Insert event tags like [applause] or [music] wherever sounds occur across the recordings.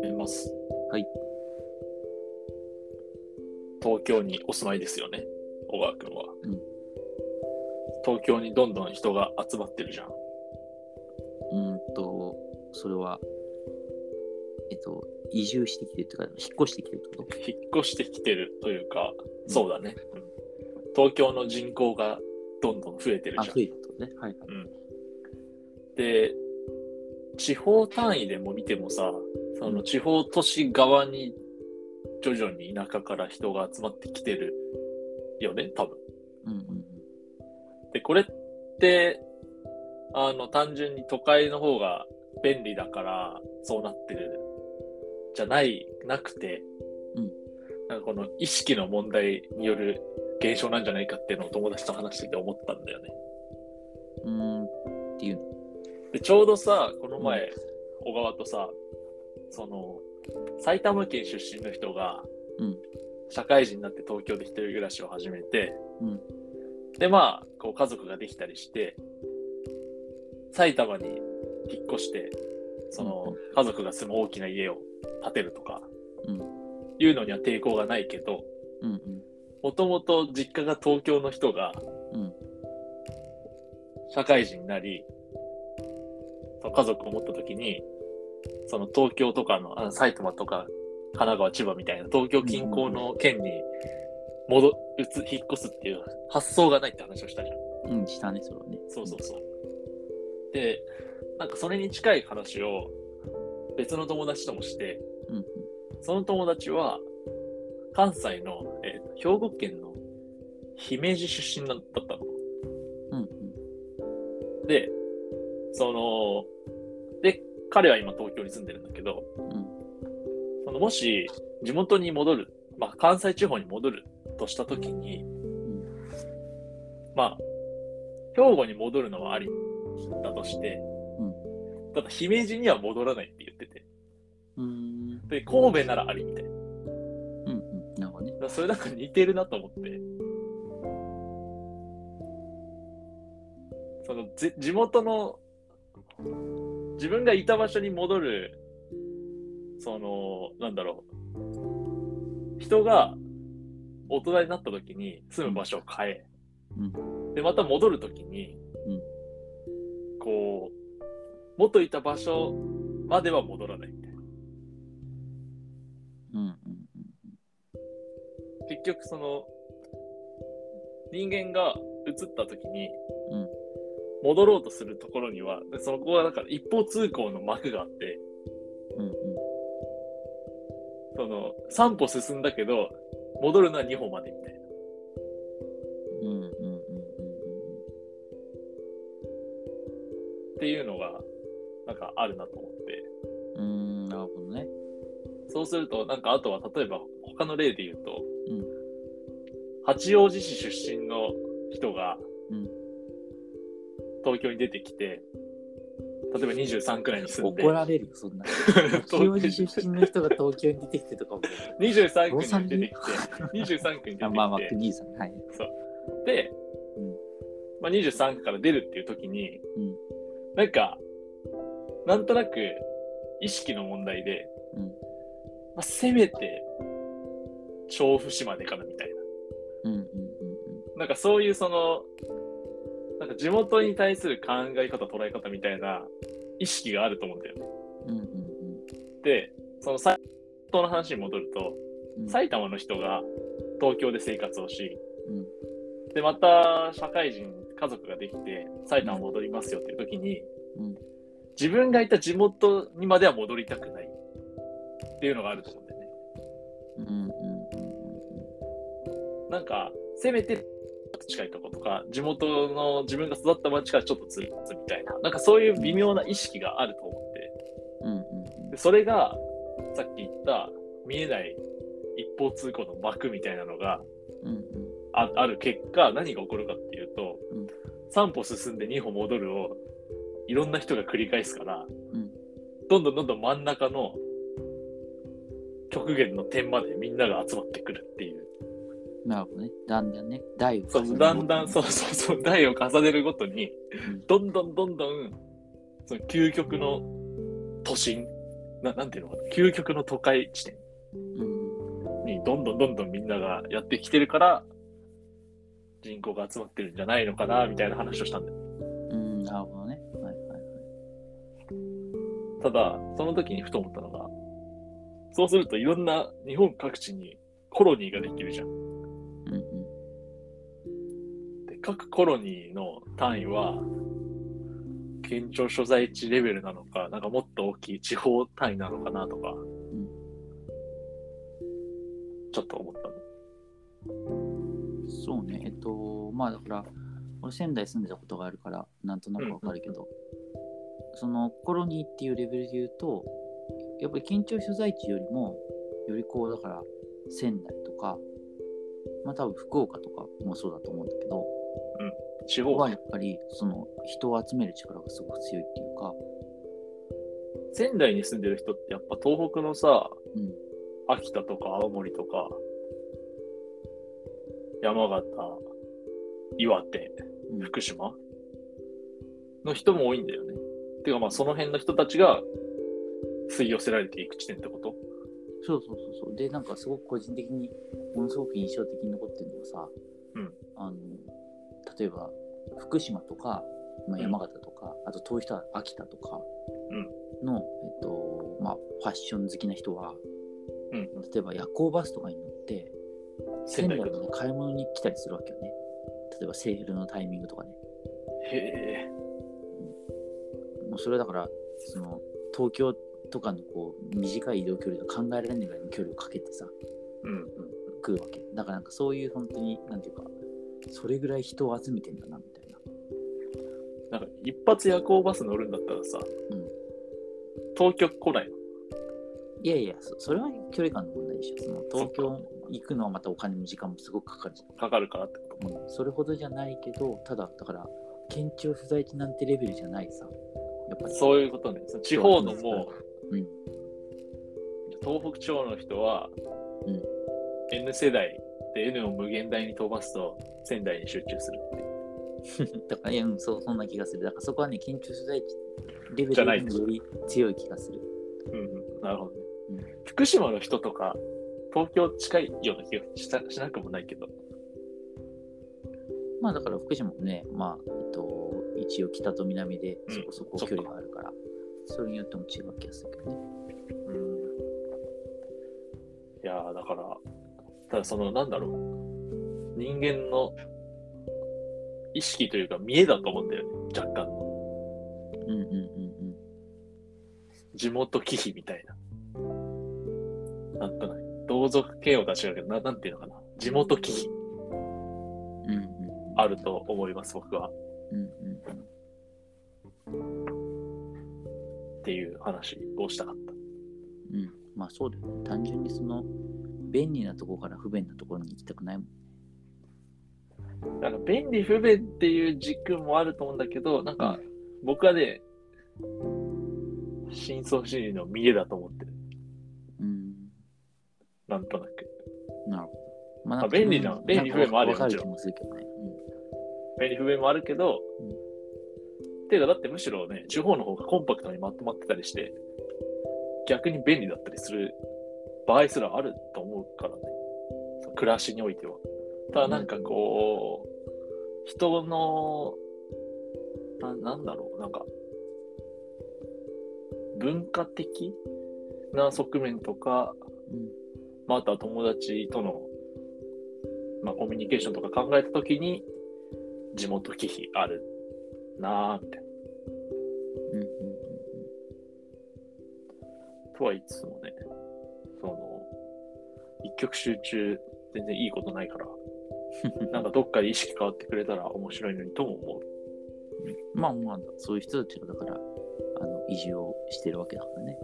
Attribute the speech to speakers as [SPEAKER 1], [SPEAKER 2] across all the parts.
[SPEAKER 1] 思います。
[SPEAKER 2] はい。
[SPEAKER 1] 東京にお住まいですよね、小川君は。
[SPEAKER 2] うん
[SPEAKER 1] 東京にどんどん人が集まってるじゃん。
[SPEAKER 2] うーんと、それは、えっと、移住してきてるっていうか、引っ越してきてるってこと
[SPEAKER 1] 引っ越してきてるというか、
[SPEAKER 2] うん
[SPEAKER 1] そうだね。うん東京の人口がどんどん増えてる
[SPEAKER 2] あ、
[SPEAKER 1] じ
[SPEAKER 2] 増
[SPEAKER 1] ゃん
[SPEAKER 2] え。てるってことね。はいはい。
[SPEAKER 1] で地方単位でも見てもさそうの
[SPEAKER 2] ん
[SPEAKER 1] 地方都市側に徐々に田舎から人が集まってきてるよね多分。
[SPEAKER 2] うんうんうん。
[SPEAKER 1] でこれってあの単純に都会の方が便利だからそうなってるじゃないなくて、
[SPEAKER 2] うん
[SPEAKER 1] なんかこの意識の問題による現象なんじゃないかっていうのを友達と話してて思ったんだよね。
[SPEAKER 2] うーんっていう
[SPEAKER 1] でちょうどさこの前、小川とさその埼玉県出身の人が、
[SPEAKER 2] うん
[SPEAKER 1] 社会人になって東京で一人暮らしを始めて、
[SPEAKER 2] うん
[SPEAKER 1] でまあこう家族ができたりして埼玉に引っ越してその、家族が住む大きな家を建てるとか、
[SPEAKER 2] うん
[SPEAKER 1] いうのには抵抗がないけど
[SPEAKER 2] うんうん。
[SPEAKER 1] もともと実家が東京の人が、
[SPEAKER 2] うん
[SPEAKER 1] 社会人になり、その家族を持った時に、その東京とかの、あの埼玉とか神奈川、千葉みたいな東京近郊の県に戻、移引っ越すっていう発想がないって話をしたじゃん。
[SPEAKER 2] うん、したね、それはね。
[SPEAKER 1] そうそうそう。で、なんかそれに近い話を別の友達ともして、
[SPEAKER 2] うん。うん
[SPEAKER 1] その友達は関西の、えー兵庫県の姫路出身だったの。
[SPEAKER 2] うん。うん
[SPEAKER 1] で、その、で、彼は今東京に住んでるんだけど、
[SPEAKER 2] うん。
[SPEAKER 1] そのもし地元に戻る、まあ、関西地方に戻るとしたときに、
[SPEAKER 2] ん
[SPEAKER 1] まあ、兵庫に戻るのはありだとして、
[SPEAKER 2] うん
[SPEAKER 1] ただ姫路には戻らないって言ってて、
[SPEAKER 2] うーん。
[SPEAKER 1] で、神戸ならありみたいな。だ
[SPEAKER 2] うんうん。なるほどね。
[SPEAKER 1] からそれなんか似てるなと思って。そのぜ地元の自分がいた場所に戻るそのなんだろう人が大人になった時に住む場所を変え、でまた戻る時に、
[SPEAKER 2] うん
[SPEAKER 1] こう元いた場所までは戻らないみたいな
[SPEAKER 2] うんうん
[SPEAKER 1] 結局その人間が移った時に、
[SPEAKER 2] うん
[SPEAKER 1] 戻ろうとするところにはそのこはだから一方通行の幕があって、
[SPEAKER 2] うん。うんうん。
[SPEAKER 1] その3歩進んだけど戻るのは2歩までみたいな
[SPEAKER 2] うんうんうんうん
[SPEAKER 1] っていうのがなんかあるなと思って
[SPEAKER 2] うんうん。うーん、なるほどね。
[SPEAKER 1] そうするとなんかあとは例えば他の例で言うと、
[SPEAKER 2] うん
[SPEAKER 1] 八王子市出身の人が
[SPEAKER 2] うん
[SPEAKER 1] 東京に出てきて例えば23くらいに住んで
[SPEAKER 2] 怒られるよ、
[SPEAKER 1] [laughs]
[SPEAKER 2] そんな。八王子出身の人が東京に出てきてとかも。
[SPEAKER 1] 23区に出てきて23区に出てきて
[SPEAKER 2] [laughs] あまあまあ、兄さん。はい。
[SPEAKER 1] で、
[SPEAKER 2] うん
[SPEAKER 1] まあ、23区から出るっていう時に、
[SPEAKER 2] うん
[SPEAKER 1] なんかなんとなく意識の問題で、
[SPEAKER 2] うん
[SPEAKER 1] まあ、せめて調布市までかなみたい
[SPEAKER 2] うんうんうん
[SPEAKER 1] ななんかそういうそのなんか地元に対する考え方捉え方みたいな意識があると思うんだよね。
[SPEAKER 2] うん。うんうん
[SPEAKER 1] でその最東の話に戻ると、
[SPEAKER 2] うん。
[SPEAKER 1] 埼玉の人が東京で生活をし、
[SPEAKER 2] うん
[SPEAKER 1] でまた社会人家族ができて埼玉戻りますよっていう時に、
[SPEAKER 2] うん
[SPEAKER 1] 自分がいた地元にまでは戻りたくないっていうのがあると思うんだよね
[SPEAKER 2] うんうんうん
[SPEAKER 1] なんかせめて近いとことか地元の自分が育った町からちょっとずれずみたいななんかそういう微妙な意識があると思って
[SPEAKER 2] うんうんうん
[SPEAKER 1] でそれがさっき言った見えない一方通行の幕みたいなのが
[SPEAKER 2] うん
[SPEAKER 1] あある結果何が起こるかっていうと、
[SPEAKER 2] うん
[SPEAKER 1] 3歩進んで2歩戻るをいろんな人が繰り返すから、
[SPEAKER 2] うん
[SPEAKER 1] どんどんどんどん真ん中の極限の点までみんなが集まってくるっていう
[SPEAKER 2] うん。なるほどね。だんだんね、台を
[SPEAKER 1] そうだんだんそう
[SPEAKER 2] う。
[SPEAKER 1] そうそう台を重ねるごとに、
[SPEAKER 2] ん
[SPEAKER 1] どんどんどんどんその究極の都心、ななんていうのかな、究極の都会地点
[SPEAKER 2] うん。
[SPEAKER 1] にどんどんどんどんみんながやってきてるから、人口が集まってるんじゃないのかな、みたいな話をしたんだよ。
[SPEAKER 2] うん、なるほどね。はいはいはい。
[SPEAKER 1] ただ、その時にふと思ったのが、そうするといろんな日本各地にコロニーができるじゃん。
[SPEAKER 2] うんうん。
[SPEAKER 1] で各コロニーの単位は県庁所在地レベルなのか、なんかもっと大きい地方単位なのかなとか、
[SPEAKER 2] ん
[SPEAKER 1] ちょっと思ったの。
[SPEAKER 2] そうね。えっと、まあだから、俺仙台住んでたことがあるから、なんとなくわかるけど、そのコロニーっていうレベルで言うと、やっぱり県庁所在地よりも、よりこう、だから、仙台とか、まあ多分福岡とかもそうだと思うんだけど、
[SPEAKER 1] 地
[SPEAKER 2] ここは
[SPEAKER 1] 方
[SPEAKER 2] やっぱりその人を集める力がすごく強いっていうか、
[SPEAKER 1] 仙台に住んでる人ってやっぱ東北のさ、
[SPEAKER 2] うん、
[SPEAKER 1] 秋田とか青森とか、山形、岩手、
[SPEAKER 2] うん
[SPEAKER 1] 福島の人も多いんだよね。てかまあその辺の人たちが吸い寄せられていく地点ってこと
[SPEAKER 2] そうそうそうそう。で、なんかすごく個人的に、ものすごく印象的に残ってるのがさ、
[SPEAKER 1] うん
[SPEAKER 2] あの例えば福島とか、ま
[SPEAKER 1] ん
[SPEAKER 2] あ、山形とか、あと遠い人は秋田とかの、えっとまあ、ファッション好きな人は、
[SPEAKER 1] うん。
[SPEAKER 2] 例えば夜行バスとかに乗って、
[SPEAKER 1] 仙
[SPEAKER 2] 仙台
[SPEAKER 1] 台
[SPEAKER 2] ま
[SPEAKER 1] か
[SPEAKER 2] で買い物に来たりするわけよね。例えばセールのタイミングとかね。
[SPEAKER 1] へえ。
[SPEAKER 2] もうそれはだから、その東京とかのこう短い移動距離が考えられないぐらいの距離をかけてさ、
[SPEAKER 1] うんうん。
[SPEAKER 2] 来るわけだからなんかそういう本当になんていうかそれぐらい人を集めてんだなみたいな
[SPEAKER 1] なんか一発夜行バス乗るんだったらさ、
[SPEAKER 2] うん
[SPEAKER 1] 東京来ないの。
[SPEAKER 2] いやいやそそれは距離感の問題でしょその東
[SPEAKER 1] そ
[SPEAKER 2] 京
[SPEAKER 1] っか
[SPEAKER 2] 行くのはまたお金も時間もすごくかかるじ
[SPEAKER 1] かかるからってこと
[SPEAKER 2] ゃん、うん、それほどじゃないけどただだから県庁不在地なんてレベルじゃないさやっぱり
[SPEAKER 1] そういうことね。その地方のもう、
[SPEAKER 2] うん
[SPEAKER 1] 東北地方の人は、
[SPEAKER 2] うん
[SPEAKER 1] N 世代で N を無限大に飛ばすと仙台に集中するっていう。
[SPEAKER 2] だからいやうんそうそんな気がするだからそこはね県庁所在地レベ
[SPEAKER 1] じゃない
[SPEAKER 2] ルにより強い気がする
[SPEAKER 1] うんうん、なるほどね、
[SPEAKER 2] うん
[SPEAKER 1] 福島の人とか、東京近いような気がしたしなくもないけど、
[SPEAKER 2] まあだから福島もね、まあ、えっと、一応北と南でそこそこ
[SPEAKER 1] そっか
[SPEAKER 2] 距離があるから、それによっても違う気がするけどね。
[SPEAKER 1] いやーだから、ただその、なんだろう、人間の意識というか、見えだと思うんだよね、若干の。
[SPEAKER 2] うんうんうんうん。
[SPEAKER 1] 地元忌避みたいな。なんとなく、同族嫌悪とは違うけど、ななんていうのかな、地元忌避
[SPEAKER 2] うんうん、
[SPEAKER 1] あると思います、僕は。
[SPEAKER 2] うんうんうん、
[SPEAKER 1] っていう話をしたかった。
[SPEAKER 2] うん。まあそうだよね。単純にその便利なところから不便なところに行きたくないもん。
[SPEAKER 1] なんか便利不便っていう軸もあると思うんだけど、なんか僕はね、真相心理の見えだと思ってる。
[SPEAKER 2] うん。
[SPEAKER 1] なんとなく。
[SPEAKER 2] なるほど。まあ
[SPEAKER 1] あ便利な
[SPEAKER 2] うん
[SPEAKER 1] 便利不便もあるよ
[SPEAKER 2] なんかわか
[SPEAKER 1] も
[SPEAKER 2] る
[SPEAKER 1] ち
[SPEAKER 2] 気もするけどね。
[SPEAKER 1] 便利不便もあるけど、
[SPEAKER 2] うん
[SPEAKER 1] ていうかだってむしろね、地方の方がコンパクトにまとまってたりして、逆に便利だったりする場合すらあると思うからね。その暮らしにおいては。ただなんかこう、人の、ななんだろう、なんか、文化的な側面とか、
[SPEAKER 2] うん。うん
[SPEAKER 1] まあ、あとは友達との、まあ、コミュニケーションとか考えたときに、地元忌避あるなぁ、みたい
[SPEAKER 2] うんうん
[SPEAKER 1] な。とはいつもね、その、一極集中、全然いいこと [laughs] ないから、
[SPEAKER 2] うんうん。
[SPEAKER 1] なんかどっかで意識変わってくれたら面白いのにとも思う。
[SPEAKER 2] まあまあ、そういう人たちがだから、あの移住をしてるわけだからね。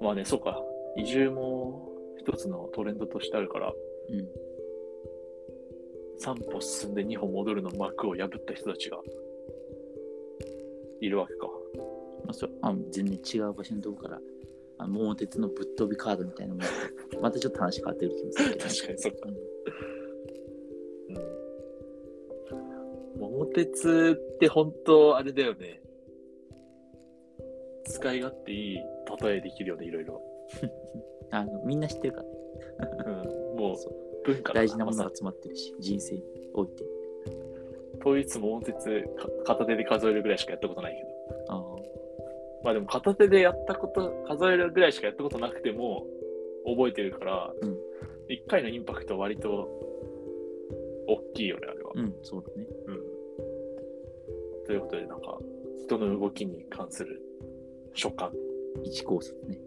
[SPEAKER 1] まあね、そうか。移住も一つのトレンドとしてあるから、
[SPEAKER 2] うん。
[SPEAKER 1] 3歩進んで2歩戻るの幕を破った人たちが、いるわけか。
[SPEAKER 2] まあ、それまあ全然違う場所に飛ぶから、あの桃鉄のぶっ飛びカードみたいなのも、またちょっと話変わってくる気もするけど。
[SPEAKER 1] 確か [laughs] にそっか
[SPEAKER 2] う
[SPEAKER 1] う
[SPEAKER 2] ん
[SPEAKER 1] ん。桃鉄って本当あれだよね。使い勝手いい例えできるよね、いろいろ。
[SPEAKER 2] あのみんな知ってるからね
[SPEAKER 1] うん、も、
[SPEAKER 2] そう
[SPEAKER 1] 文化だ
[SPEAKER 2] 大事なもの
[SPEAKER 1] ま
[SPEAKER 2] が集まってるし人生において
[SPEAKER 1] さ統一も音節か片手で数えるぐらいしかやったことないけど。
[SPEAKER 2] ああ
[SPEAKER 1] まあでも片手でやったこと、数えるぐらいしかやったことなくても覚えてるから、
[SPEAKER 2] うん
[SPEAKER 1] 一1回のインパクトは割と大きいよね、あれは。
[SPEAKER 2] うんそうだね
[SPEAKER 1] うん。ということで、なんか、人の動きに関する書簡
[SPEAKER 2] 一考察ね